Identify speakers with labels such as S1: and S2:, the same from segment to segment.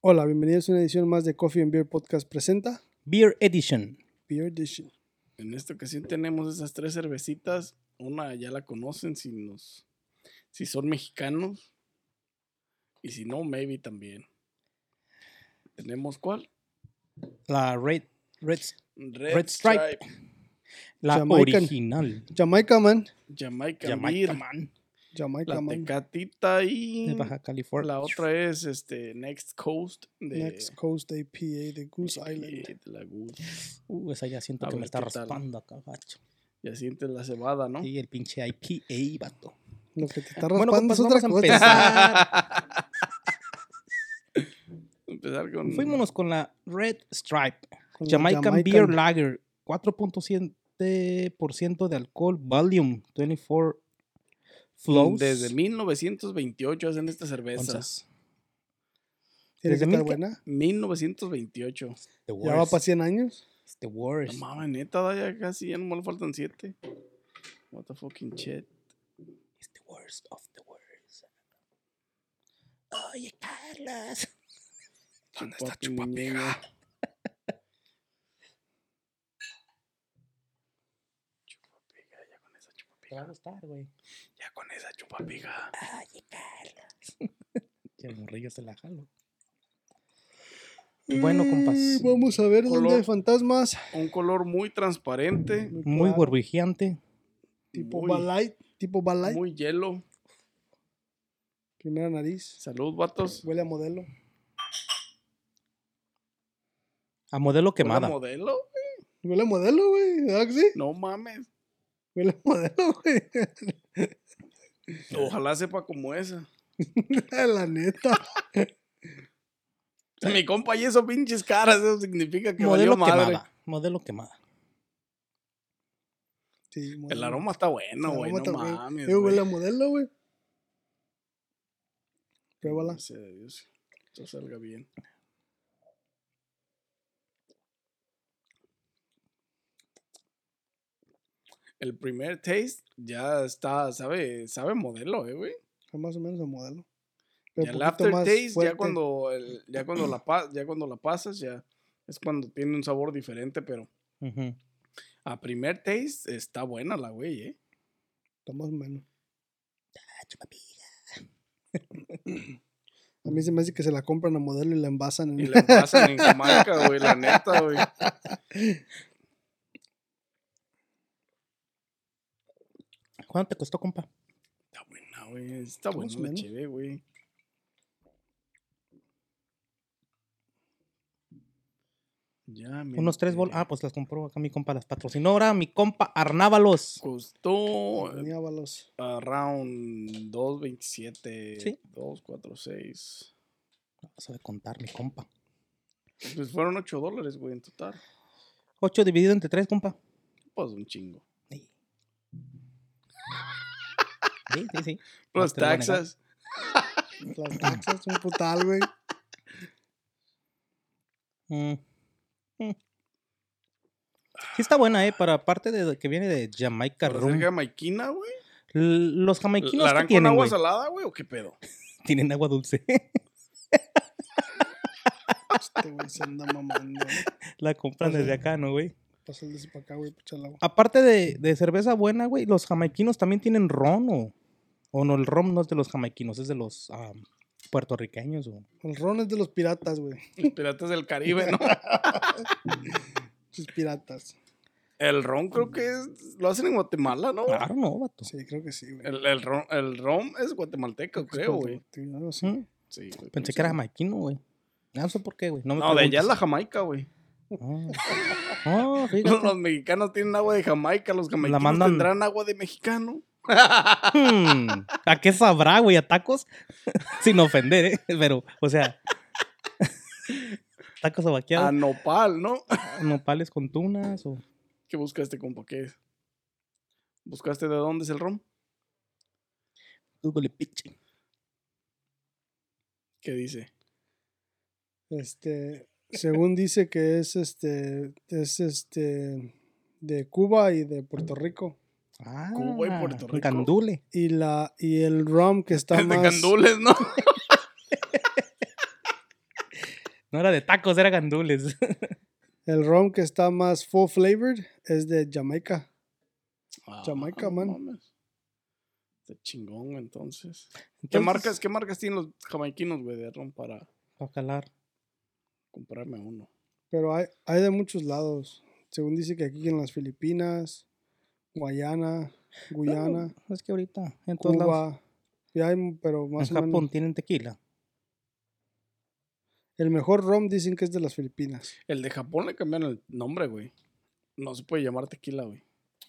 S1: Hola, bienvenidos a una edición más de Coffee and Beer Podcast presenta
S2: Beer Edition.
S1: Beer Edition.
S3: En esta ocasión tenemos esas tres cervecitas. Una ya la conocen si nos, si son mexicanos. Y si no, maybe también. ¿Tenemos cuál?
S2: La Red, Red,
S3: Red,
S2: Red Stripe.
S3: Stripe.
S2: la
S1: Jamaican.
S2: original.
S1: Jamaica Man.
S3: Jamaica,
S2: Jamaica
S3: Beer,
S2: Man.
S1: Jamaica
S3: La
S1: Man.
S3: Tecatita y
S2: De Baja California.
S3: la otra es este Next Coast de,
S1: Next Coast APA de Goose Island.
S3: de la Goose.
S2: Uh, esa ya siento
S3: A
S2: que me
S3: ver
S2: está
S3: qué tal.
S2: raspando acá, gacho.
S3: Ya sientes la cebada, ¿no?
S2: Sí, el pinche IPA, vato.
S1: Lo que te está
S2: Bueno,
S1: raspando
S2: compas,
S1: es otra
S2: vamos a
S1: cosa.
S2: empezar.
S3: Empezar con
S2: Fuimos con la Red Stripe.
S3: Mm,
S1: Con la
S2: Jamaican, Beer Lager. 4.7% de alcohol. Volume 24 flows.
S3: Desde 1928 hacen estas cervezas.
S2: onzas.
S1: Tiene
S2: Desde
S1: que estar
S2: mil que-
S1: buena.
S3: 1928.
S2: The
S1: Ya va
S2: worst.
S1: para 100 años.
S2: It's the
S3: No
S2: worst.
S3: mames, neta, da, ya casi, ya nomás le faltan 7. What the fucking shit.
S2: It's the worst of the worst. Oye, Carlos.
S3: ¿Dónde
S1: está
S3: Chupapija, ya con esa
S2: Te va a
S3: chupapija.
S2: gustar, güey.
S3: Ya con esa chupapija.
S2: Oye, Carlos. que el morrillo se la jalo. Bueno, compas.
S1: Y Vamos a ver dónde
S3: Color.
S1: hay fantasmas.
S3: Un color muy transparente,
S2: Muy
S1: claro.
S2: gorbijeante.
S1: Tipo
S3: Muy.
S1: Balay. Tipo Balay.
S3: muy hielo.
S1: Primera nariz.
S3: Salud, vatos.
S1: Huele a modelo.
S2: A modelo
S3: ¿Era
S2: quemada.
S3: Pues modelo?
S1: Huele a modelo, güey. ¿Verdad que sí?
S3: No mames.
S1: Huele a modelo, güey.
S3: Ojalá sepa como esa.
S1: la neta.
S3: Mi compa, y eso pinches caras, eso significa que
S2: modelo
S3: valió madre.
S2: quemada. Modelo quemada.
S1: Sí,
S3: El
S1: modelo.
S3: aroma está bueno,
S1: El
S3: güey.
S1: aroma
S3: No
S1: está bien.
S3: mames.
S1: Eh,
S3: güey.
S1: huele a modelo, güey. Pruébala.
S3: Gracias a Dios. Esto salga bien. El primer taste ya está, sabe, sabe modelo, eh, güey.
S1: Fue más o menos a modelo.
S3: Ya
S1: un
S3: el
S1: poquito más
S3: aftertaste, ya
S1: fuerte.
S3: cuando, el- ya cuando la pa- ya cuando la pasas, ya es cuando tiene un sabor diferente, pero
S2: Ujú.
S3: a primer taste está buena la güey, eh.
S1: Está más o menos. A mí se me hace que se la compran a modelo y la envasan en
S3: Y la pasan en Jamaica, güey, la neta, güey.
S2: ¿Cuánto te costó, compa?
S3: Está buena, güey. Está
S1: Más o
S3: buena la
S1: menos.
S3: cheve, güey. Ya, me
S2: Unos tres bolas.
S3: enteré.
S2: Ah, pues las compró acá mi compa. Las patrocinó ahora mi compa Arnábalos.
S3: Costó eh,
S1: Tenía balos.
S3: around 2.27.
S2: Sí.
S3: 2.46.
S2: No sabe contar, mi compa.
S3: Pues fueron 8 dólares, güey, en total.
S2: 8 dividido entre 3, compa.
S3: Pues un chingo.
S2: Sí, sí, sí. sí.
S3: Plus
S2: te lo voy a negar.
S3: taxas.
S1: Las taxas, un putal, güey.
S2: Mm. Mm. Sí está buena, ¿eh? Para parte de que viene de Jamaica
S3: Para
S2: Rum.
S3: ser jamaiquina, güey.
S2: L- Los
S3: Pues ¿La
S2: jamaiquinos que
S3: harán con
S2: tienen,
S3: agua
S2: güey?
S3: salada, güey, o qué pedo?
S2: Tienen agua dulce.
S1: Este güey se anda mamando. güey.
S2: La compran
S1: Pues,
S2: desde
S1: eh.
S2: acá, ¿no, güey?
S1: Pasa el de ese para acá, güey, pucha el agua.
S2: Aparte de, de cerveza buena, güey, los jamaiquinos también tienen ron, ¿o? O no, el ron no es de los jamaiquinos, es de los ah, puertorriqueños, güey.
S1: El ron es de los piratas, güey.
S3: Los piratas del Caribe, ¿no?
S1: Sus piratas.
S3: El ron creo que es, lo hacen en Guatemala, ¿no? güey?
S2: Claro, no, vato.
S1: Sí, creo que sí, güey.
S3: El, el, rom, el rom es guatemalteco, creo, güey.
S1: Algo así.
S2: Mm.
S3: Sí, güey.
S2: Pensé
S3: creo
S2: que era
S3: sí.
S2: jamaiquino, güey. Ah, No sé por qué, güey. No, me
S3: No, de allá es la
S2: preguntes.
S3: Jamaica, güey.
S2: Ah. Ah, fíjate.
S3: Los mexicanos tienen agua de Jamaica, los jamaicanos
S2: mandan-
S3: tendrán agua de mexicano.
S2: Hmm, ¿A qué sabrá, güey? ¿A tacos? Sin ofender, ¿eh? Pero, o sea. tacos
S3: A
S2: abaqueados,
S3: nopal, ¿no?
S2: nopales con tunas o.
S3: ¿Qué buscaste, compa? ¿Qué es? ¿Buscaste de dónde es el rom?
S2: Google piche.
S3: ¿Qué dice?
S1: Este, según dice que es este, es este, de Cuba y de Puerto Rico.
S2: Ah,
S3: Cuba y Puerto Rico.
S2: Candule.
S1: Y la, y el rum que está
S3: Es de
S1: más,
S3: candules, ¿no?
S2: No era de tacos, era gandules.
S1: El ron que está más full flavored es de Jamaica.
S3: Ah,
S1: Jamaica,
S3: no
S1: man.
S3: mames. Está chingón, entonces. ¿Qué marcas, ¿Qué marcas tienen los jamaiquinos, güey, de ron para
S2: Para calar.
S3: comprarme uno?
S1: Pero hay, hay de muchos lados. Según dice que aquí en las Filipinas, Guayana, Guyana,
S2: No, es que ahorita Ah, en todos lados.
S1: Cuba. Ya hay, pero más
S2: en
S1: o
S2: Japón
S1: menos.
S2: tienen tequila.
S1: El mejor rom dicen que es de las Filipinas.
S3: El de Japón le cambiaron el nombre, güey. No se puede llamar tequila, güey.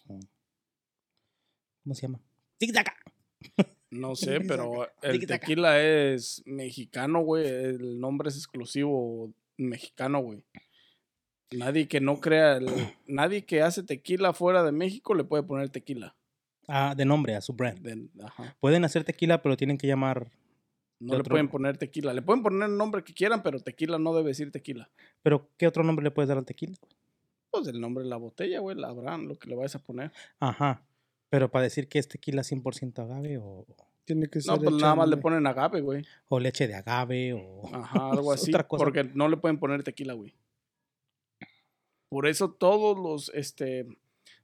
S2: ¿Cómo se llama? ¡Tic-taca!
S3: No sé, pero el
S2: Tiki-taka.
S3: tequila es mexicano, güey. El nombre es exclusivo mexicano, güey. Nadie que no crea, el- nadie que hace tequila fuera de México le puede poner tequila.
S2: Ah, de nombre, a su brand.
S3: De- ajá.
S2: Pueden hacer tequila, pero tienen que llamar.
S3: No
S2: De
S3: le
S2: otro-
S3: pueden poner tequila. Le pueden poner el nombre que quieran, pero tequila no debe decir tequila.
S2: ¿Pero qué otro nombre le puedes dar al tequila?
S3: Pues el nombre de la botella, güey, la habrán, lo que le vayas a poner.
S2: Ajá. Pero para decir que es tequila 100% agave o,
S1: Tiene que ser.
S3: No, pues
S1: hecha
S3: nada más
S1: en-
S3: le ponen agave, güey.
S2: o leche de agave o.
S3: Ajá, algo
S2: Es
S3: así.
S2: otra cosa.
S3: Porque no le pueden poner tequila, güey. Por eso todos los, este,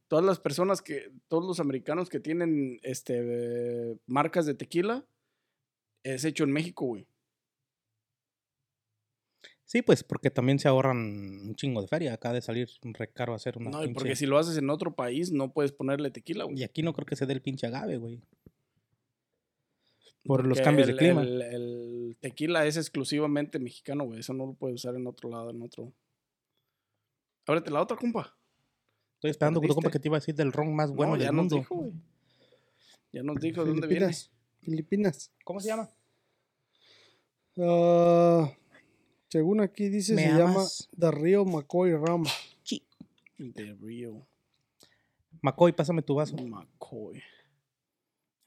S3: todas las personas que, todos los americanos que tienen, este, eh, marcas de tequila, es hecho en México, güey.
S2: Sí, pues porque también se ahorran un chingo de feria. Acá de salir un recaro a hacer una.
S3: No, y porque
S2: pinche-
S3: si lo haces en otro país, no puedes ponerle tequila, güey.
S2: Y aquí no creo que se dé el pinche agave, güey. Por los
S3: Porque
S2: cambios de
S3: el-
S2: clima.
S3: El, el tequila es exclusivamente mexicano, güey. Eso no lo puedes usar en otro lado, en otro. Ábrete la otra, compa.
S2: Estoy esperando que tu compa
S3: perdiste.
S2: que te iba a decir del ron más bueno
S3: no, ya
S2: del
S3: nos
S2: mundo.
S3: dijo, güey. Ya nos dijo de dónde viene.
S1: Filipinas. Filipinas.
S2: ¿Cómo se llama?
S1: Ah, según aquí dice,
S2: ¿Me
S1: se
S2: amas?
S1: llama The Rio McCoy Rum.
S3: De Rio.
S2: McCoy, pásame tu vaso.
S3: McCoy.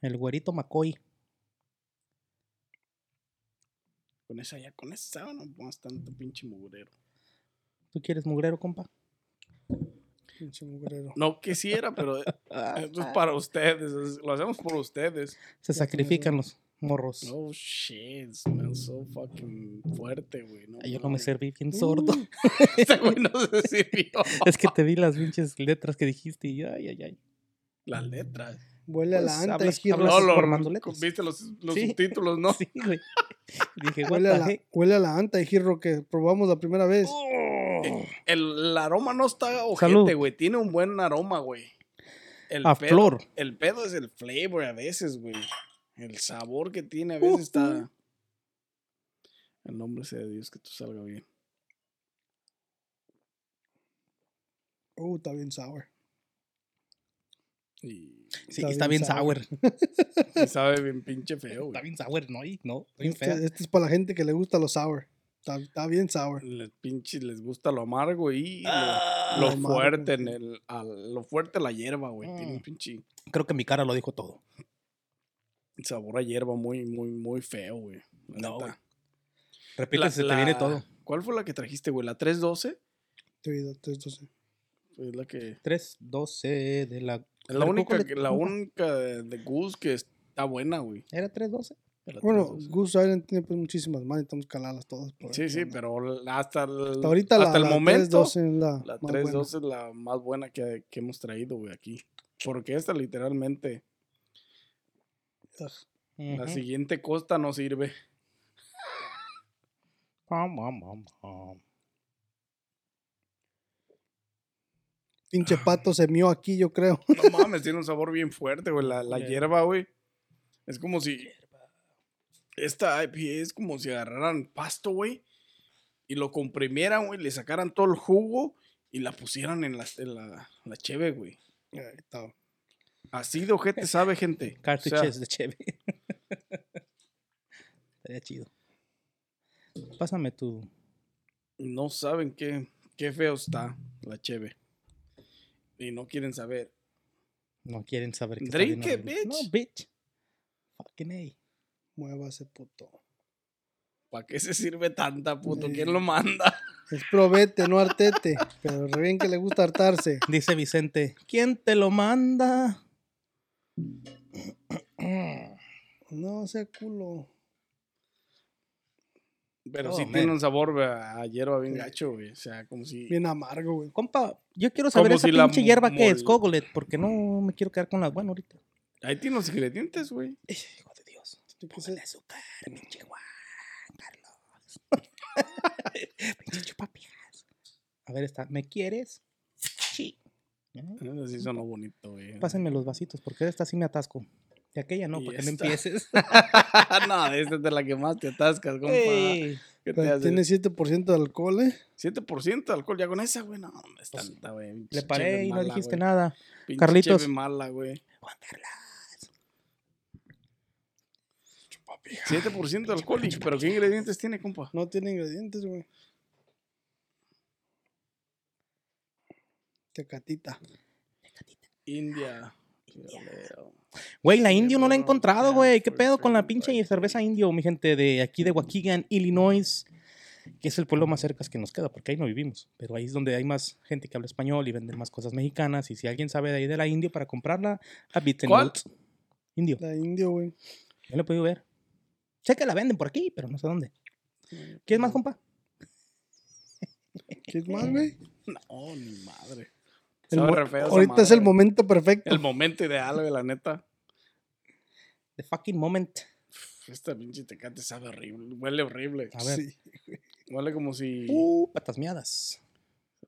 S2: El güerito McCoy.
S3: Con esa ya, con esa no pongas tanto pinche mugrero.
S2: ¿Tú quieres mugrero, compa?
S1: Pinche mugrero.
S3: No quisiera, pero eh,
S2: Ah,
S3: esto es para ustedes. es- Lo hacemos por ustedes.
S2: Se sacrifican los morros.
S3: Oh shit, smells so fucking fuerte, güey. No,
S2: Ay, Yo no me
S3: mames.
S2: serví
S1: Mm.
S2: bien sordo.
S3: Este güey no se sirvió.
S2: es que te vi las pinches letras que dijiste y ay, ay, ay.
S3: Las letras.
S1: Huele
S2: Pues,
S1: a la anta,
S2: hablas-
S1: Giro.
S2: hablas-
S3: No, lo,
S2: formando letras.
S3: viste los, los
S2: Sí.
S3: subtítulos, ¿no?
S2: Sí, güey. Dije, what
S1: Huele a,
S2: the
S1: la,
S2: heck?
S1: huele a la anta y girro que probamos la primera vez.
S2: Oh.
S3: El aroma no está
S2: Salud.
S3: ojete, güey. Tiene un buen aroma, güey. El
S2: A
S3: pedo-
S2: flor.
S3: El pedo es el flavor a veces, güey. El sabor que tiene a veces está. El nombre sea de Dios que tú salga bien.
S1: Uh, está bien sour.
S3: Y,
S2: Sí, está bien sour.
S3: y sabe bien pinche feo,
S2: Está
S3: güey.
S2: bien sour, ¿no? Y No, está bien
S1: Este,
S2: fea.
S1: este es para la gente que le gusta lo sour. Está, está bien sour.
S3: Les pinches les gusta lo amargo y lo-
S2: Ah,
S3: lo,
S1: amargo,
S3: fuerte en
S1: sí.
S3: el. al- lo fuerte la hierba, güey. Tiene un
S2: Mm.
S3: pinche
S2: Creo que mi cara lo dijo todo.
S3: sabor a hierba muy, muy, muy feo, güey. La
S2: No,
S3: neta.
S2: güey. Repite,
S3: La-
S2: se te
S3: la-
S2: viene todo.
S3: ¿Cuál fue la que trajiste, güey? ¿La 312?
S1: Te digo, te- esto sí.
S3: Es la que.
S2: 3, 12 de la.
S3: Es la
S2: Pero
S3: única,
S2: ¿cómo
S3: que-
S2: le-
S3: la
S2: cómo?
S3: única de, de Goose que está buena, güey.
S2: ¿Era 3, 12?
S3: La
S1: Bueno,
S3: 312.
S1: Goose Island tiene pues muchísimas más, necesitamos calarlas todas. por
S3: Sí,
S1: ahí,
S3: sí,
S1: ¿no?
S3: pero la- hasta el,
S1: Hasta ahorita
S3: hasta
S1: la,
S3: el
S1: la
S3: momento,
S1: 312 es la,
S3: la
S1: más buena.
S3: 312 es la más buena que, que hemos traído, güey, aquí. Porque esta literalmente, la siguiente costa no sirve.
S2: Pam, pam, pam, pam.
S1: Pinche pato se mió aquí, yo creo.
S3: No mames, tiene un sabor bien fuerte, güey. La, la
S2: Culero.
S3: hierba, güey. Es como si. Esta IPA es como si agarraran pasto, güey. Y lo comprimieran, güey. Le sacaran todo el jugo y la pusieran en la, en la, la cheve, güey.
S1: Ahí está.
S3: Así de ojete sabe, gente. O sea,
S2: Cartridges de Chevy. Estaría chido. Pásame tu.
S3: no saben qué, qué feo está la cheve. Y no quieren saber.
S2: No quieren saber qué
S3: Drink it, bitch.
S2: No, bitch. Fucking A.
S1: Muévase, puto.
S3: ¿Para qué se sirve tanta, puto?
S1: Sí.
S3: ¿Quién
S2: Eh.
S3: lo manda?
S1: Es probete, no artete. Pero re bien que le gusta hartarse.
S2: Dice Vicente. ¿Quién te lo manda?
S1: No, sea culo.
S3: Pero
S2: Oh,
S3: sí
S2: man.
S3: tiene un sabor a a hierba bien
S1: Sí.
S3: gacho, güey. O sea, como si.
S1: Bien amargo, güey.
S2: Compa, yo quiero saber
S3: Como
S2: esa
S3: si la
S2: pinche hierba que es,
S3: mol-
S2: Cogolet, porque no me quiero quedar con las buenas ahorita.
S3: Ahí tiene los ingredientes, güey.
S2: Hijo de Dios.
S1: Yo qué
S2: Póngale
S1: sé.
S2: azúcar, pinche Juan Carlos. pinche chupapijas. A ver, está. ¿Me quieres? Sí. Ah,
S3: Eso sí sonó bonito, güey.
S2: Pásenme los vasitos, porque esta sí me atasco. De aquella no,
S3: Y
S2: porque no
S3: esta.
S2: empieces.
S3: no, esta es de la que más te atascas, compa.
S2: Ey.
S3: ¿Qué te
S1: Pero
S3: hace?
S1: Tiene 7% de alcohol, ¿eh?
S3: 7% de alcohol ya con esa, güey. No, no es
S2: Pues,
S3: tanta, güey. Pinche
S2: Le paré
S3: cheve
S2: y no
S3: mala,
S2: dijiste
S3: güey.
S2: nada.
S3: Pinche
S2: Carlitos.
S3: cheve mala, güey.
S2: Juan Carlos.
S3: 7% de alcohol, y- pero ¿qué ingredientes tiene, compa?
S1: No tiene ingredientes, güey. Tecatita.
S3: India.
S2: Güey, la
S3: Sí,
S2: indio no la he
S3: no,
S2: encontrado,
S3: ya,
S2: güey. ¿Qué
S3: fue-
S2: pedo
S3: fue
S2: con la
S3: un
S2: pinche
S3: país.
S2: cerveza indio, mi gente, de aquí de Waukegan, Illinois? Que es el pueblo más cerca que nos queda, porque ahí no vivimos. Pero ahí es donde hay más gente que habla español y venden más cosas mexicanas. Y si alguien sabe de ahí de la indio para comprarla, habiten
S3: ¿Cuál?
S2: Indio.
S1: La indio, güey.
S2: Ya lo he podido ver. Sé que la venden por aquí, pero no sé dónde. ¿Quieres más, compa?
S1: ¿Qué es más, güey?
S3: No, ni madre.
S1: El
S3: Sabe
S1: mo-
S3: re feo esa
S1: Ahorita es el
S3: madre.
S1: momento perfecto.
S3: El momento ideal, güey, la neta.
S2: The fucking moment.
S3: Esta Este pinche tecate sabe horrible. Huele horrible.
S2: A ver.
S1: Sí.
S3: Huele como si.
S2: Uh, patas miadas.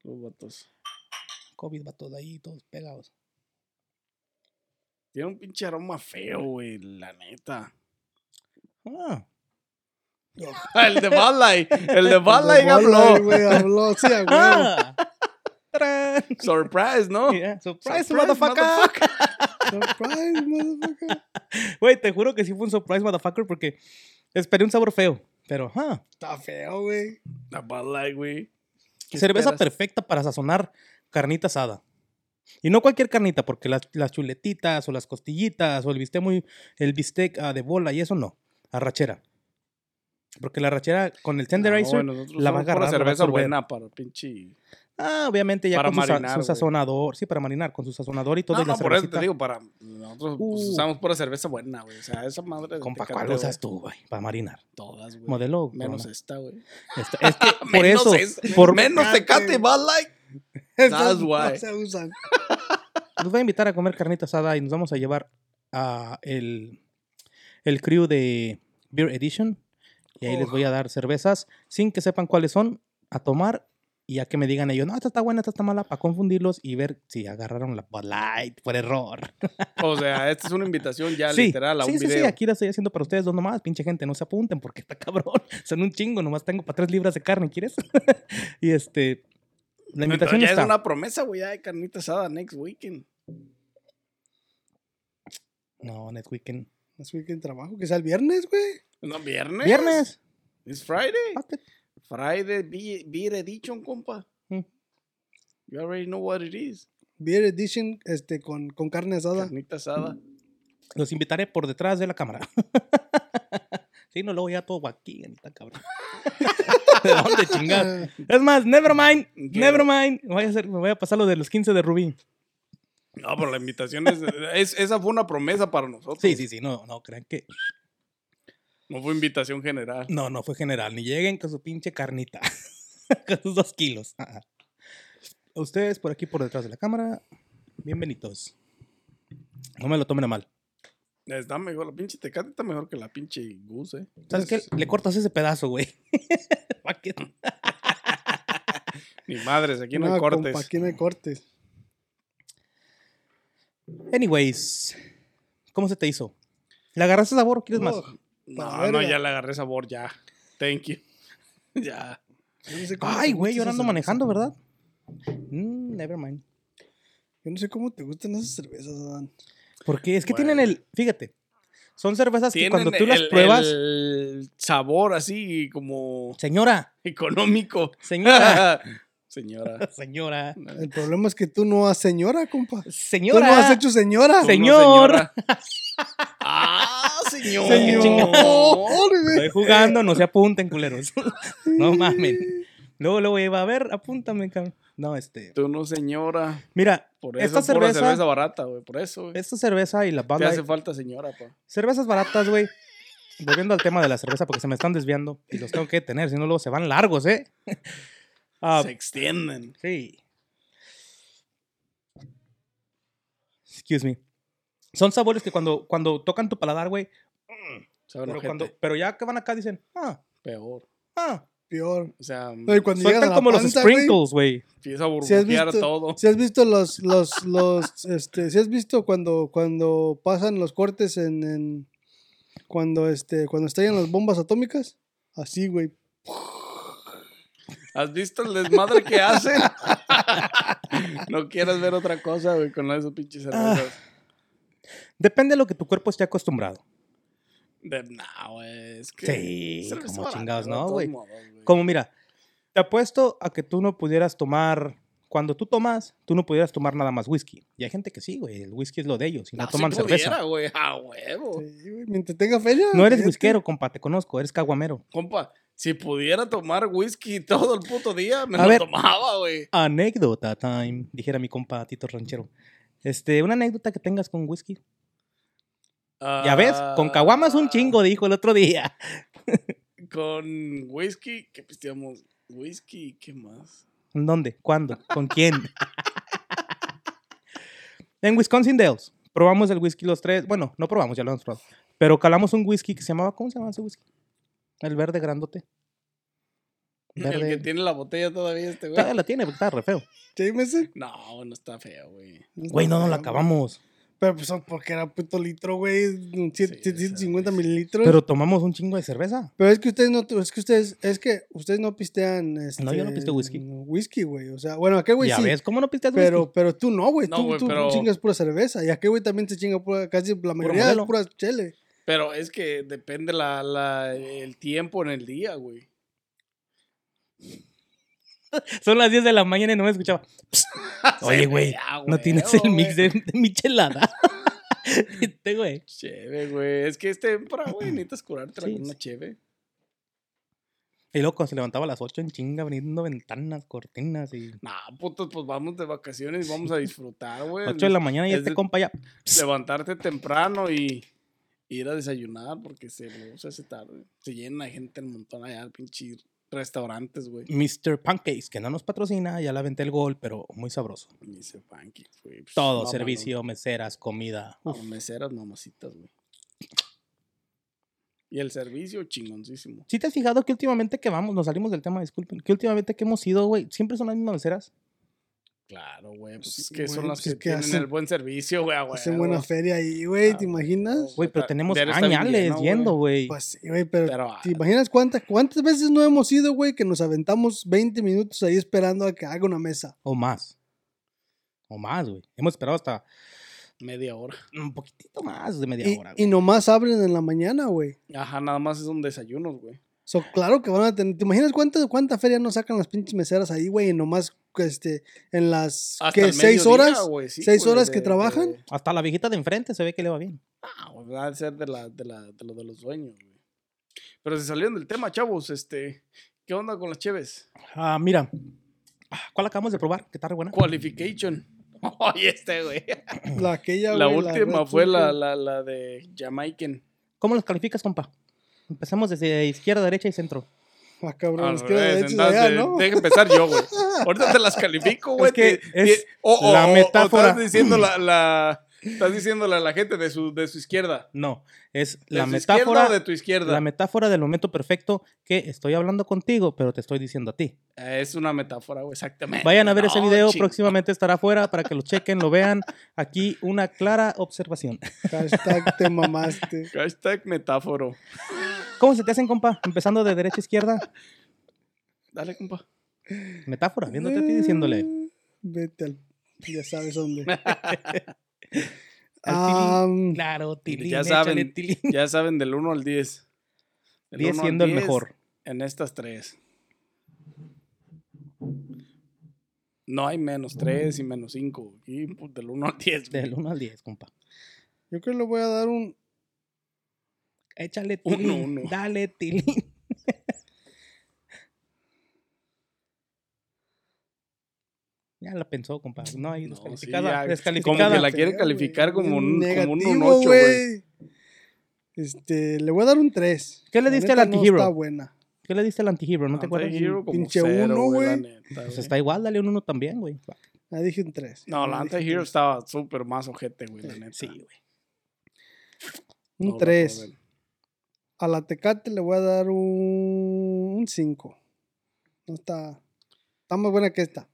S3: Los vatos.
S2: COVID va todo ahí, todos pegados.
S3: Tiene un pinche aroma feo, güey, la neta.
S2: Ah.
S3: el de Bud Light. El de Bud Light
S1: Light,
S3: habló.
S1: güey, habló. Sí, a huevo.
S2: Ah. ¡Tarán!
S3: Surprise, ¿no?
S2: Yeah, Surprise,
S3: Surprise,
S2: motherfucker.
S1: Surprise, motherfucker.
S2: Güey, te juro que sí fue un surprise, motherfucker, porque esperé un sabor feo. Pero, ajá.
S1: Está feo, güey.
S3: La Bud Light, güey. ¿Qué
S2: Cerveza
S3: esperas?
S2: perfecta para sazonar carnita asada. Y no cualquier carnita, porque las, las chuletitas o las costillitas o el bistec, muy, el bistec ah, de bola y eso no. Arrachera. Porque la arrachera con
S3: Ah,
S2: el tenderizer,
S3: No, güey, nosotros
S2: la va a
S3: somos pura
S2: agarrar, la va a
S3: cerveza
S2: absorber.
S3: buena para pinche.
S2: ah, obviamente ya
S3: Para
S2: con su, sa-
S3: marinar,
S2: su
S3: güey.
S2: sazonador. Sí, para marinar, con su sazonador y todo.
S3: No,
S2: y la
S3: no, por eso te
S2: cervecita.
S3: digo, para. Nosotros pues,
S2: Uh.
S3: usamos pura cerveza buena, güey. O sea, esa madre. de
S2: Compa,
S3: Tecate,
S2: ¿cuál
S3: pues, güey,
S2: usas tú, güey? Para marinar.
S3: Todas, güey.
S2: Modelo. Este,
S3: Menos
S2: corona.
S3: esta, güey.
S2: Esta- es que por
S3: Menos
S2: eso.
S3: esa.
S2: por-
S3: Menos Tecate y Bud Light. That's
S1: Esas
S3: why.
S1: No se usan.
S2: Nos voy a invitar a comer carnita asada y nos vamos a llevar a el, el crew de Beer Edition. Y ahí les
S3: Oh.
S2: voy a dar cervezas sin que sepan cuáles son, a tomar y a que me digan ellos, no, esta está buena, esta está mala, para confundirlos y ver si agarraron la Bud Light por error.
S3: O sea, esta es una invitación ya
S2: sí,
S3: literal a
S2: sí,
S3: un
S2: sí, sí,
S3: video.
S2: aquí la estoy haciendo para ustedes dos nomás, pinche gente, no se apunten porque está cabrón. Son un chingo, nomás tengo para tres libras de carne, ¿quieres? y este, la invitación
S3: Entonces, ya
S2: está.
S3: es una promesa, güey, ya de carnita asada next weekend.
S2: No, next weekend.
S1: Las weekend trabajo, que sea el viernes, güey.
S3: No, viernes.
S2: Viernes. Ah,
S3: It's Friday.
S2: Fuck it.
S3: Friday be, beer edition, compa.
S2: Mm.
S3: You already know what it is.
S1: Beer Edition este, con, con carne asada.
S3: Carnita asada.
S2: Los invitaré por detrás de la cámara. sí, no, luego ya todo aquí, está cabrón. ¿De dónde chingar?
S1: Ah,
S2: Es más, never mind,
S3: ¿Qué?
S2: never mind. Voy a hacer, me voy a pasar lo de los 15 de Rubí.
S3: No, pero la invitación es, es- Esa fue una promesa para nosotros.
S2: Sí, sí, sí, no, no, crean que.
S3: No fue invitación general.
S2: No, no fue general, ni lleguen con su pinche carnita, con sus dos kilos. Ah, ah. Ustedes por aquí, por detrás de la cámara, bienvenidos. No me lo tomen a mal.
S3: Está mejor. La pinche tecate está mejor que la pinche goose, eh.
S2: ¿Sabes qué? Le cortas ese pedazo, güey. Fuck it.
S3: Ni madres, aquí no, hay
S1: no,
S3: cortes.
S1: compa, aquí no hay cortes.
S2: Anyways, ¿cómo se te hizo? ¿Le agarraste sabor o quieres más?
S1: Oh,
S3: No,
S1: La
S3: no,
S1: verga.
S3: ya le agarré sabor, ya. Thank you. ya.
S1: yo no sé cómo
S2: Ay,
S1: te
S2: güey,
S1: gusta
S2: yo ahora
S1: esa
S2: ando
S1: cerveza.
S2: manejando, ¿verdad? Mm, never mind.
S1: Yo no sé cómo te gustan esas cervezas, Adán.
S2: Porque es que
S3: Bueno.
S2: tienen el. Fíjate, son cervezas que
S3: Tienen
S2: cuando tú las
S3: el-
S2: pruebas.
S3: El sabor así como
S2: Señora,
S3: económico.
S2: señora,
S3: Señora.
S2: señora,
S1: El problema es que tú no has señora, compa. Tú
S2: señora.
S1: no has hecho señora.
S2: Sí.
S3: Tú no,
S2: Señor.
S3: señora. ah, señor.
S2: Señor.
S1: güey.
S2: Estoy jugando, no se apunten, culeros. no mamen. Luego, luego iba a ver, apúntame, cabrón. No, este.
S3: Tú no, señora.
S2: Mira,
S3: Por eso
S2: esta
S3: es pura
S2: cerveza,
S3: cerveza barata, güey. Por eso, güey.
S2: esta cerveza y la Bud
S3: Te hace
S2: Light-
S3: falta señora, pa.
S2: cervezas baratas, güey. volviendo al tema de la cerveza, porque se me están desviando y los tengo que tener, si no luego se van largos, ¿eh? Ah,
S3: Se extienden.
S2: Sí. Excuse me. Son sabores que cuando, cuando tocan tu paladar, güey,
S3: Saben
S2: pero,
S3: ojete.
S2: cuando, pero ya que van acá dicen, ah,
S3: Peor.
S2: ah,
S1: Peor.
S3: O sea,
S1: No, y cuando llegan a
S2: sueltan
S1: la
S2: como los
S1: panza, güey,
S2: sprinkles, güey.
S3: empieza a
S1: Si has
S3: burbujear
S1: visto,
S3: todo.
S1: si has visto los, los, los, este, si has visto cuando, cuando pasan los cortes en, en- cuando, este, cuando estallan las bombas atómicas, así, güey.
S3: ¿Has visto el desmadre que hacen? no quieras ver otra cosa, güey, con esos pinches cervezas.
S2: Depende de lo que tu cuerpo esté acostumbrado.
S3: De, nah, güey, es que...
S2: Sí,
S3: cerveza
S2: como
S3: barata,
S2: chingados,
S3: de
S2: ¿no,
S3: todos
S2: güey?
S3: modos, güey.
S2: Como mira, te apuesto a que tú no pudieras tomar, cuando tú tomas, tú no pudieras tomar nada más whisky. Y hay gente que sí, güey, el whisky es lo de ellos, y no,
S3: No, si
S2: toman cerveza.
S3: Ah, pudiera, güey, a huevo.
S1: Sí, güey, Mientras tenga feria.
S2: Oh. No eres
S1: fíjate.
S2: whiskero, compa, te conozco, eres caguamero.
S3: Compa, si pudiera tomar whisky todo el puto día, me
S2: A
S3: lo
S2: ver.
S3: tomaba, güey.
S2: Anécdota time, dijera mi compa Tito Ranchero. Este, una anécdota que tengas con whisky. Ya ves,
S3: Ah,
S2: con caguamas un chingo, dijo el otro día.
S3: Con whisky, que pisteamos whisky, ¿qué más?
S2: ¿En ¿Dónde? ¿Cuándo? ¿Con quién? en Wisconsin Dells. Probamos el whisky los tres. Bueno, no probamos, ya lo hemos probado. Pero calamos un whisky que se llamaba, ¿cómo se llamaba ese whisky? El verde grandote.
S3: El que
S2: Verde.
S3: tiene la botella todavía este, güey.
S2: Todavía la tiene, porque estaba re feo.
S1: Jameson.
S3: No, no está feo, güey.
S2: Güey, no, no la acabamos.
S1: Pero pues son porque era puto litro, güey. un siete-
S3: Sí,
S1: 750
S3: sí.
S1: mililitros. Pero,
S2: Pero tomamos un chingo de cerveza.
S1: es que ustedes no, tu- es que ustedes, es que ustedes no pistean. Este,
S2: No, yo no pisteo whisky.
S1: Whisky, güey. O sea, bueno, ¿a qué güey
S2: ya
S1: sí?
S2: ves, ¿cómo no pisteas
S1: Pero,
S2: whisky?
S1: pero tú no, güey.
S3: No,
S1: tú
S3: güey,
S1: tú
S3: pero-
S1: chingas pura cerveza. Y aquí, güey, también se chinga pura, casi la mayoría es
S2: modelo.
S1: pura chele.
S3: Pero es que depende la, la, el tiempo en el día, güey.
S2: Son las 10 de la mañana y no me escuchaba. Oye, güey,
S3: Ya,
S2: No
S3: güey,
S2: tienes el mix de, de michelada. este, güey.
S3: Cheve, güey. Es que es temprano, güey. Necesitas curártela
S2: Sí,
S3: con una
S2: sí.
S3: cheve.
S2: Y loco, se levantaba a las 8 en chinga, abriendo ventanas, cortinas y.
S3: Nah, putos, pues vamos de vacaciones y vamos a disfrutar, güey.
S2: 8 de la mañana y
S3: es
S2: este
S3: de-
S2: compa ya.
S3: Levantarte temprano y ir a desayunar porque se luego se hace tarde. Se llena de gente el montón allá, pinche restaurantes, güey.
S2: Mr. Pancakes, que no nos patrocina, ya la aventé el gol, pero muy sabroso.
S3: Y se pancakes, güey. Pues,
S2: Mm. Todo,
S3: vámonos.
S2: servicio, meseras, comida.
S3: No, meseras mamacitas, güey. Y el servicio chingoncísimo.
S2: ¿Sí te has fijado que últimamente que vamos, nos salimos del tema, disculpen, que últimamente que hemos ido, güey, siempre son las mismas meseras?
S3: Claro, güey. Pues
S1: Sí,
S3: es que son
S1: güey,
S3: las
S1: pues
S3: que,
S1: es que
S3: tienen
S1: hacen- Pues,
S3: el buen servicio, güey. a
S1: Hacen
S3: huevo.
S1: buena feria ahí, güey.
S3: Ah,
S1: ¿Te imaginas?
S2: Güey, pero
S3: Está-
S2: tenemos
S3: debe estar bien
S2: añales
S3: lleno, güey.
S2: yendo, güey.
S1: Pues sí, güey, pero,
S3: Pero, ah,
S1: ¿te imaginas cuántas, cuántas veces no hemos ido, güey, que nos aventamos 20 minutos ahí esperando a que haga una mesa?
S2: O más. O más, güey. Hemos esperado hasta
S3: media hora.
S2: un poquitito más de media
S1: Y,
S2: hora. güey.
S1: y nomás abren en la mañana, güey.
S3: Ajá, nada más es un desayuno, güey.
S1: So, claro que van a tener. ¿Te imaginas cuánta, cuánta feria no sacan las pinches meseras ahí, güey? Y nomás, este, en las.
S3: Hasta
S1: ¿Qué?
S3: el
S1: ¿Seis
S3: mediodía,
S1: horas?
S3: güey, sí,
S1: ¿Seis
S3: güey,
S1: horas
S3: de-
S1: que trabajan?
S3: de-
S2: Hasta la viejita de enfrente se ve que le va bien.
S3: Ah, güey, va a ser de, la, de, la, de, lo, de los dueños, güey. Pero se salieron del tema, chavos. Este, ¿Qué onda con las cheves?
S2: Ah, mira. Ah, ¿Cuál acabamos de probar? ¿Qué tal, buena?
S3: Qualification. Oye, este, güey.
S1: La aquella,
S3: La
S1: güey,
S3: última
S1: Red
S3: fue
S1: Circle.
S3: la, la, la de Jamaican.
S2: ¿Cómo los calificas, compa? Empezamos desde izquierda, derecha y centro.
S1: Ah, cabrón,
S3: Al
S1: es que la
S3: revés,
S1: derecha es
S3: entonces,
S1: allá, ¿no?
S3: Deja empezar yo, güey. Ahorita te las califico, güey.
S2: Es que
S3: Te- te-
S2: es
S3: o- o-
S2: la
S3: o- o
S2: metáfora.
S3: estás diciendo la, la- estás diciéndole a la gente de su, de su izquierda.
S2: No, es
S3: ¿De
S2: la
S3: su
S2: metáfora,
S3: izquierda o de tu izquierda.
S2: la metáfora del momento perfecto que estoy hablando contigo, pero te estoy diciendo a ti.
S3: Eh, es una metáfora, güey, exactamente.
S2: Vayan a ver ese
S3: Eh, No,
S2: video,
S3: ching-
S2: próximamente estará afuera para que lo chequen, lo vean. Aquí una clara observación.
S1: Hashtag te mamaste.
S3: Hashtag metáforo.
S2: ¿Cómo se te hacen, compa? Empezando de derecha a izquierda.
S3: Dale, compa.
S2: Metáfora, viéndote a ti y diciéndole.
S1: Eh, Vete al. Ya sabes dónde.
S2: Al
S1: Am,
S2: Claro, tilín,
S3: ya
S2: ya
S3: saben.
S2: saben. tilín.
S3: Ya saben, del 1 al 10. Del
S2: 10
S3: uno al
S2: siendo el
S3: 10
S2: mejor.
S3: En estas tres. No hay menos 3 y menos 5. Y pues, del 1 al 10.
S2: Del 1 al 10, compa.
S1: yo creo que le voy a dar un.
S2: Échale
S3: Uno,
S2: tilín.
S3: uno.
S2: Dale tilín. ya la pensó, compa. No, hay
S3: No,
S2: descalificada.
S3: sí, ya,
S2: descalificada.
S3: Como que la
S1: Feo,
S3: quieren
S1: güey,
S3: calificar como
S1: bien
S3: un- como un
S1: negativo,
S3: 8, güey.
S1: Este, le voy a dar un 3.
S2: ¿Qué le diste al
S1: No está
S2: Antihero?
S1: buena.
S2: ¿Qué le diste al antihero? ¿No te acuerdas?
S3: Antihero como
S1: pinche
S3: cero,
S1: uno,
S3: la
S1: güey.
S3: neta,
S2: Pues
S3: güey.
S2: está igual, dale un uno también, güey.
S1: Ah, dije un 3.
S3: No, la Antihero estaba súper más ojete, güey, la neta.
S2: Sí, güey.
S3: No,
S1: Un
S3: la
S1: 3.
S3: joven.
S1: A la Tecate le voy a dar un 5. No está. Está más buena que esta.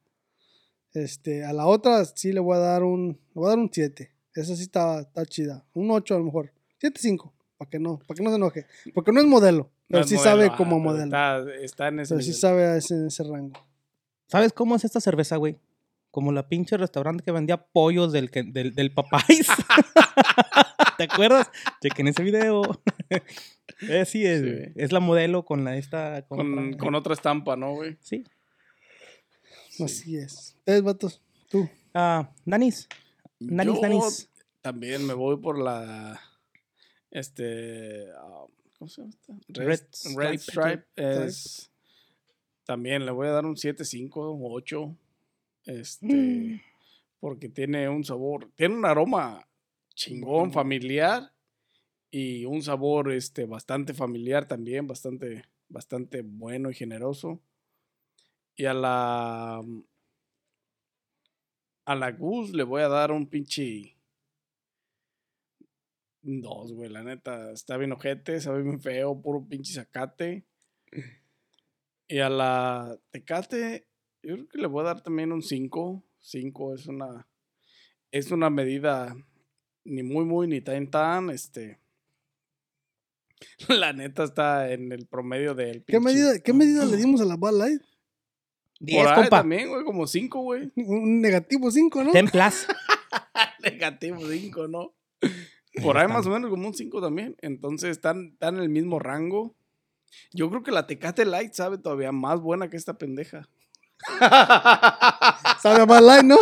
S1: Este, a la otra sí le voy a dar un. Le voy a dar un 7. Esa sí está, está chida. Un 8 a lo mejor. 7-5. Para que no, para que no se enoje. Porque no es modelo.
S3: No
S1: Pero
S3: es
S1: sí
S3: modelo,
S1: sabe
S3: ah,
S1: como
S3: pero
S1: modelo.
S3: Está, está en ese
S1: pero sí
S3: nivel.
S1: sabe a ese, en ese rango.
S2: ¿Sabes cómo es esta cerveza, güey? Como la pinche restaurante que vendía pollos del, que- del, del Popeyes. ¿Te acuerdas? Chequen ese video. Eh, sí, es,
S3: Sí.
S2: güey. es la modelo con la esta. con-
S3: Con, con otra estampa, ¿no, güey?
S2: Sí.
S1: Así es. Ustedes, vatos. Tú.
S2: Ah, Nanis. Nanis,
S3: Yo
S2: Nanis.
S3: También me voy por la. Este. ah, ¿Cómo se llama esta? Red,
S2: Red
S3: Red
S2: Stripe.
S3: Stripe.
S1: Stripe.
S3: es- también le voy a dar un 7, 5, 8. Este.
S2: Mm.
S3: Porque tiene un sabor. Tiene un aroma chingón,
S1: Bueno.
S3: familiar. Y un sabor este, bastante familiar también, bastante, bastante bueno y generoso. Y a la. mm, A la Gus le voy a dar un pinche. un Dos, güey, la neta. Está bien ojete, sabe bien feo, puro pinche zacate. Y a la Tecate, yo creo que le voy a dar también un 5. 5 es una. Es una medida ni muy, muy, ni tan, tan. Este. La neta está en el promedio del.
S1: ¿Qué
S3: pinche-
S1: medida, ¿qué medida le dimos a la Bad Light?
S2: Diez,
S3: Por ahí
S2: compa.
S3: también, güey, como 5, güey.
S1: Un negativo 5, ¿no?
S2: Ten plus.
S3: Negativo 5, ¿no? Por ahí más o menos como un 5 también. Entonces están, están en el mismo rango. Yo creo que la Tecate Light sabe todavía más buena que esta pendeja.
S1: Sabe a Bad Light, ¿no?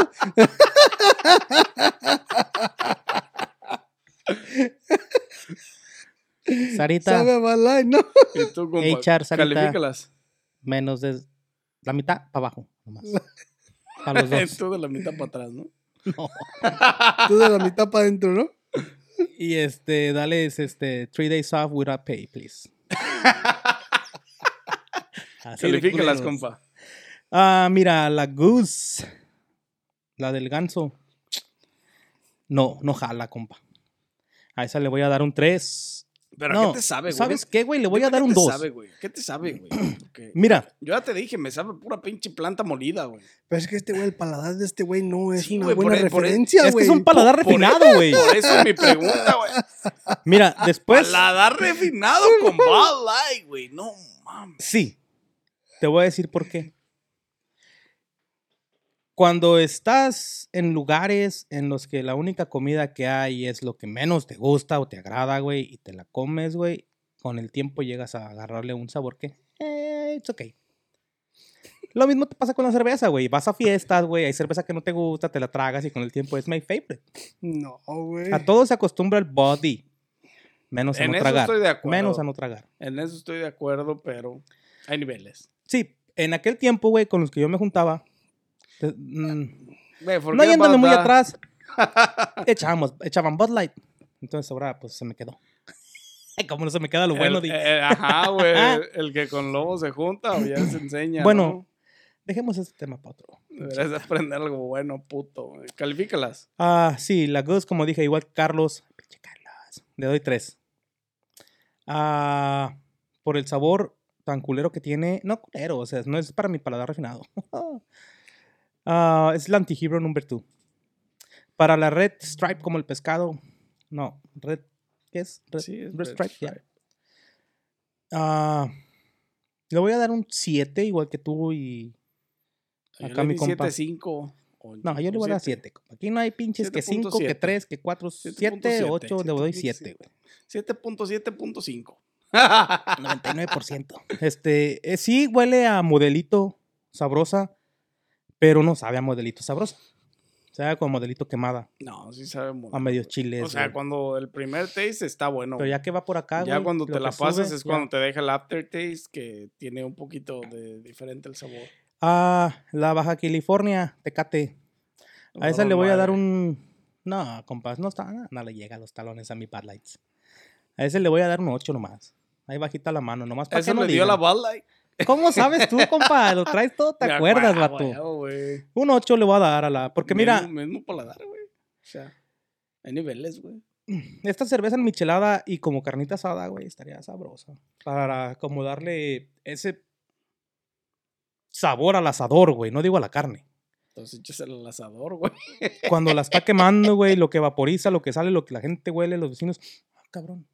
S2: Sarita,
S1: Sabe a Bad Light, ¿no?
S3: Y tú, compa,
S2: HR, Sarita.
S3: califícalas.
S2: menos de la mitad para abajo. Nomás. Para los dos.
S3: Tú de la mitad para atrás, ¿no?
S2: No.
S1: Tú de la mitad para adentro, ¿no?
S2: Y este, dale este, three days off without pay, please. Así de culeros.
S3: Califícalas, compa.
S2: Ah, mira, la Goose. La del ganso. No, no jala, compa. A esa le voy a dar un 3.
S3: Pero
S2: no,
S3: ¿qué te sabe, güey?
S2: ¿Sabes qué, güey? Le voy a
S3: Dime
S2: dar
S3: qué
S2: un
S3: te
S2: 2.
S3: sabe, güey? ¿Qué te sabe, güey? Porque
S2: Mira,
S3: Yo ya te dije, me sabe pura pinche planta molida, güey.
S1: Pero es que este güey, el paladar de este güey no es
S3: Sí,
S1: una
S3: güey, por
S1: buena
S3: e- por e-
S1: referencia,
S2: es que
S1: güey.
S2: es un paladar
S3: por- por-
S2: refinado, güey.
S3: Por eso es mi pregunta, güey.
S2: Mira, después.
S3: Paladar refinado con Bud Light, güey. No mames.
S2: Sí. Te voy a decir por qué. Cuando estás en lugares en los que la única comida que hay es lo que menos te gusta o te agrada, güey, y te la comes, güey, con el tiempo llegas a agarrarle un sabor que, eh, it's okay. Lo mismo te pasa con la cerveza, güey. Vas a fiestas, güey, hay cerveza que no te gusta, te la tragas y con el tiempo es my favorite.
S1: No, güey.
S2: A todos se acostumbra el body, menos a
S3: En
S2: no
S3: eso
S2: tragar.
S3: estoy de acuerdo.
S2: Menos a no tragar.
S3: En eso estoy de acuerdo, pero hay niveles.
S2: Sí, en aquel tiempo, güey, con los que yo me juntaba, te- mm,
S3: Ve, ¿por
S2: no
S3: qué
S2: yéndome muy
S3: bata?
S2: atrás, echábamos, echaban Bud Light. Entonces ahora, pues, se me quedó. Como no se me queda lo bueno.
S3: El-
S2: di-
S3: eh, ajá, güey. El, el que con lobo se junta o ya se enseña.
S2: Bueno. Dejemos ese tema para otro.
S3: ¿no? Deberías aprender algo bueno, puto. güey. Califícalas.
S2: Ah, sí, la Goose, como dije, igual que Carlos. Pinche Carlos. Le doy tres. Ah, por el sabor tan culero que tiene. No culero, o sea, no es para mi paladar refinado. Ah, es la antihero number two. Para la Red Stripe como el pescado. No, Red. ¿Qué es? Red,
S3: Sí, este, es
S2: Red
S3: Red
S2: Stripe, ya.
S3: Stripe.
S2: Ah, le voy a dar un 7, igual que tú y. Acá
S3: Yo le
S2: mi
S3: di
S2: compa.
S3: 7, 5. o-
S2: No, yo le voy a dar 7. Aquí no hay pinches que 5, que
S3: 7.7.
S2: 3, que 4, 7,
S3: 7.7.
S2: 8. Le doy 7,
S1: 7.7.
S2: güey.
S3: 7.7.5.
S2: 99%. Este, eh, sí huele a modelito sabrosa, pero no sabe a modelito sabrosa. Sabe como modelito quemada,
S3: No, sí sabe muy
S2: a medio chiles.
S3: O sea,
S2: güey.
S3: cuando el primer taste está bueno.
S2: pero
S3: güey.
S2: ya que va por acá,
S3: Ya
S2: güey, lo
S3: cuando te
S2: que
S3: la pasas
S2: sube,
S3: es
S2: ya.
S3: cuando te deja el aftertaste que tiene un poquito de diferente el sabor.
S2: Ah, la Baja California, Tecate. A esa le voy a dar
S3: Madre.
S2: un... No, compas, no está... No, no le llega a los talones a mi Bad Lights. A ese le voy a dar un 8 nomás. Ahí bajita la mano, nomás para
S3: Eso
S2: que no
S3: le dio
S2: digan.
S3: la bala.
S2: ¿Cómo sabes tú, compa? Lo traes todo, te acuerdas, vato. Un 8 le voy a dar a la. Porque mira,
S3: ah, Mismo, mismo paladar, güey. O sea, hay niveles, gügüey.
S2: esta cerveza en michelada y como carnita asada, güey, estaría sabrosa. Para como darle ese sabor al asador, güey. No digo a la carne.
S3: Entonces échasela al asador, güey.
S2: Cuando la está quemando, güey, lo que vaporiza, lo que sale, lo que la gente huele, los vecinos. Ah, cabrón.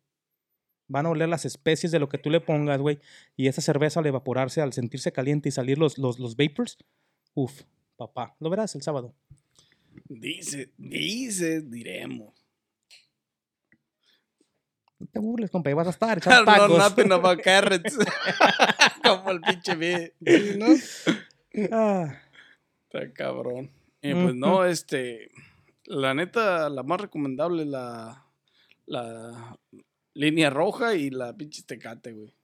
S2: Van a oler las especies de lo que tú le pongas, güey. Y esa cerveza al evaporarse, al sentirse caliente y salir los, los, los vapors. Uf, papá. Lo verás el sábado.
S3: Dice, dice, diremos.
S2: No te burles, compa. ahí vas a estar echando
S3: No,
S2: tacos.
S3: nothing about carrots. Como el pinche bien.
S1: Sí, ¿no?
S2: Ah,
S3: Está cabrón. Eh, pues no, este. La neta, la más recomendable es la. La línea roja y la pinche tecate, güey.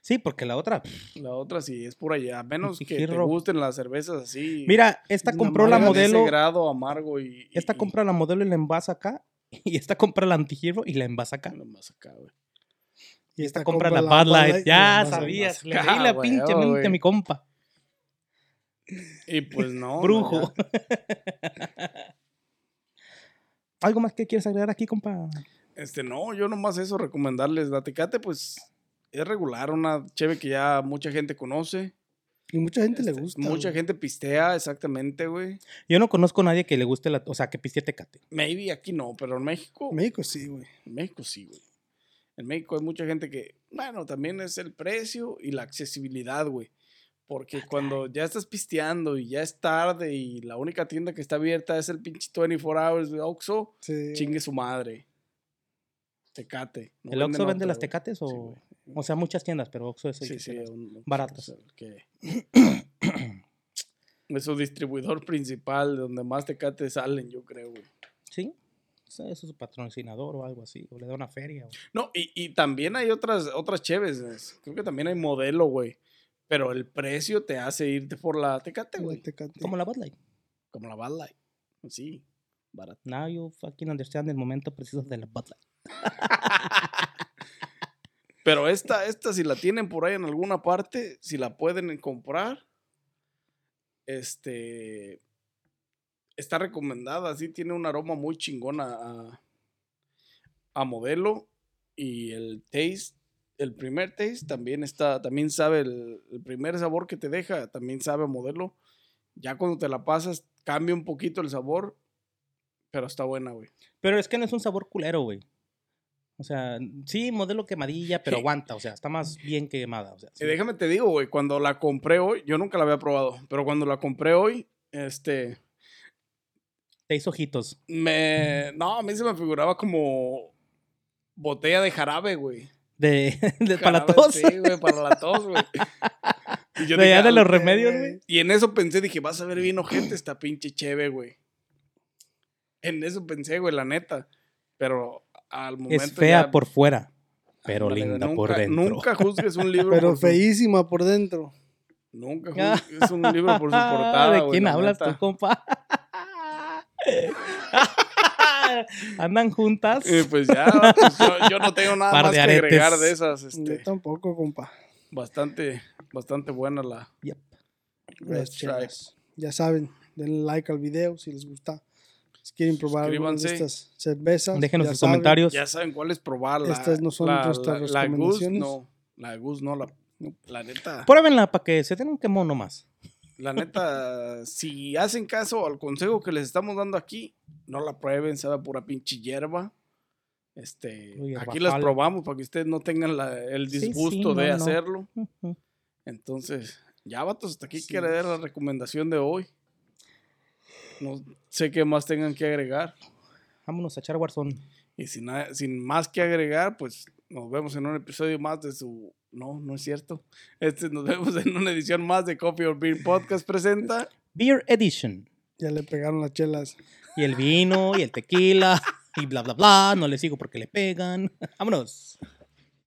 S2: sí, porque la otra. pff,
S3: La otra sí es por allá. A menos que te
S2: Jirro.
S3: gusten las cervezas así.
S2: Mira, esta
S1: Una
S2: compró la
S1: madre
S3: amargas de
S2: modelo.
S3: Ese grado amargo y. y-
S2: Esta
S3: y-
S2: compra la modelo y la envasa acá. Y esta compra la antihero y la envasa acá.
S3: lo más acá, güey.
S2: Y esta, compra, la Bad Light.
S1: y
S2: Ya
S1: la Bud Light.
S2: sabías. Le
S3: acá,
S2: leí la
S3: güey,
S2: pinche
S3: oh,
S2: mente
S3: güey.
S2: a mi compa.
S3: Y pues no. no,
S2: Brujo.
S3: ya.
S2: ¿Algo más que quieres agregar aquí, compa?
S3: Este, no, yo nomás eso recomendarles. La tecate, pues. Es regular, una cheve que ya mucha gente conoce.
S1: Y mucha gente le
S3: Este,
S1: gusta.
S3: Mucha
S1: güey.
S3: gente pistea, exactamente, güey.
S2: Yo no conozco a nadie que le guste la. O sea, que piste tecate.
S3: Maybe aquí no, pero en México.
S1: En México sí, güey.
S3: En México sí, güey. En México hay mucha gente que, bueno, también es el precio y la accesibilidad, güey. Porque cuando ya estás pisteando y ya es tarde y la única tienda que está abierta es el pinche 24 hours de Oxxo,
S1: Sí.
S3: chingue su madre. Tecate. No
S2: ¿El
S3: venden
S2: Oxxo vende
S3: otra,
S2: las
S3: güey.
S2: tecates
S3: Sí,
S2: o.?
S3: güey.
S2: o sea, muchas tiendas, pero Oxxo es el
S3: Sí,
S2: que
S3: sí,
S2: se las-
S3: un- un-
S2: baratas.
S3: el que- es su distribuidor principal, donde más tecate salen, yo creo, güey.
S2: ¿Sí? O sea, Es su patrocinador o algo así. O le da una feria. o-
S3: No, y, y también hay otras, otras cheves. es- Creo que también hay modelo, güey. Pero el precio te hace irte por la Tecate,
S1: La
S3: güey.
S1: Tecate.
S2: Como la Bud Light.
S3: Como la Bad Light. Sí, barato.
S2: Now you fucking understand el momento preciso de la Bud Light.
S3: Pero esta, esta, si la tienen por ahí en alguna parte, si la pueden comprar, este. Está recomendada, sí, tiene un aroma muy chingón a, a- a modelo. Y el taste, el primer taste también está, también sabe, el, el primer sabor que te deja, también sabe a modelo. Ya cuando te la pasas, cambia un poquito el sabor, pero está buena, güey.
S2: Pero es que no es un sabor culero, güey. O sea, sí, modelo quemadilla, pero aguanta. O sea, está más bien que quemada. O sea, sí.
S3: Y Eh, déjame te digo, güey, cuando la compré hoy, yo nunca la había probado, pero cuando la compré hoy, este,
S2: Te hizo ojitos.
S3: me, no, a mí se me figuraba como botella de jarabe, güey.
S2: De, de para la
S3: Jarabe,
S2: tos.
S3: Sí, güey, para la tos, güey. Y yo
S2: de allá
S3: dije,
S2: de los
S3: "Ah,
S2: remedios, güey.
S3: Y en eso pensé, dije, vas a ver bien ojete esta pinche cheve, güey. En eso pensé, güey, la neta. Pero al momento
S2: Es fea
S3: ya-
S2: por fuera, pero
S3: Ándale, güey,
S2: linda
S3: nunca-
S2: por dentro.
S3: Nunca juzgues un libro
S1: Pero
S3: por su-
S1: feísima por dentro.
S3: Nunca juzgues un libro por su portada,
S2: ¿De
S3: güey,
S2: quién
S3: la
S2: hablas
S3: neta.
S2: tú, compa? Andan juntas.
S3: Y pues ya, pues yo, yo no tengo nada
S2: Par
S3: más
S2: de
S3: que agregar
S2: aretes.
S3: de esas. este,
S1: Yo tampoco, compa.
S3: bastante, bastante buena la.
S2: Yep.
S1: Las
S3: las
S1: chelas. Ya saben, denle like al video si les gusta. Si quieren probar alguna de
S3: Suscríbanse.
S1: estas cervezas.
S2: Déjenos
S1: ya
S2: sus
S1: saben.
S2: comentarios.
S3: Ya saben cuál es probar. La,
S1: Estas no son
S3: la,
S1: nuestras
S3: la- la Goose
S1: recomendaciones.
S3: no, la Goose no, la, la neta.
S2: Pruébenla para que se den un quemón nomás.
S3: La neta, si hacen caso al consejo que les estamos dando aquí, no la prueben, sabe a pura pinche hierba. Este,
S2: Uy,
S3: aquí las
S2: hierbajal.
S3: probamos para que ustedes no tengan la- el
S2: Sí, sí, no,
S3: disgusto de
S2: no.
S3: hacerlo. Entonces, ya vatos, hasta aquí quiere dar la recomendación de hoy. No sé qué más tengan que agregar.
S2: Vámonos a echar Warzone.
S3: Y sin, nada- sin más que agregar, pues nos vemos en un episodio más de su... No, no es cierto. Este, nos vemos en una edición más de Coffee or Beer Podcast presenta.
S2: Beer Edition.
S1: Ya le pegaron las chelas.
S2: Y el vino, y el tequila, y bla, bla, bla. No le sigo porque le pegan. Vámonos.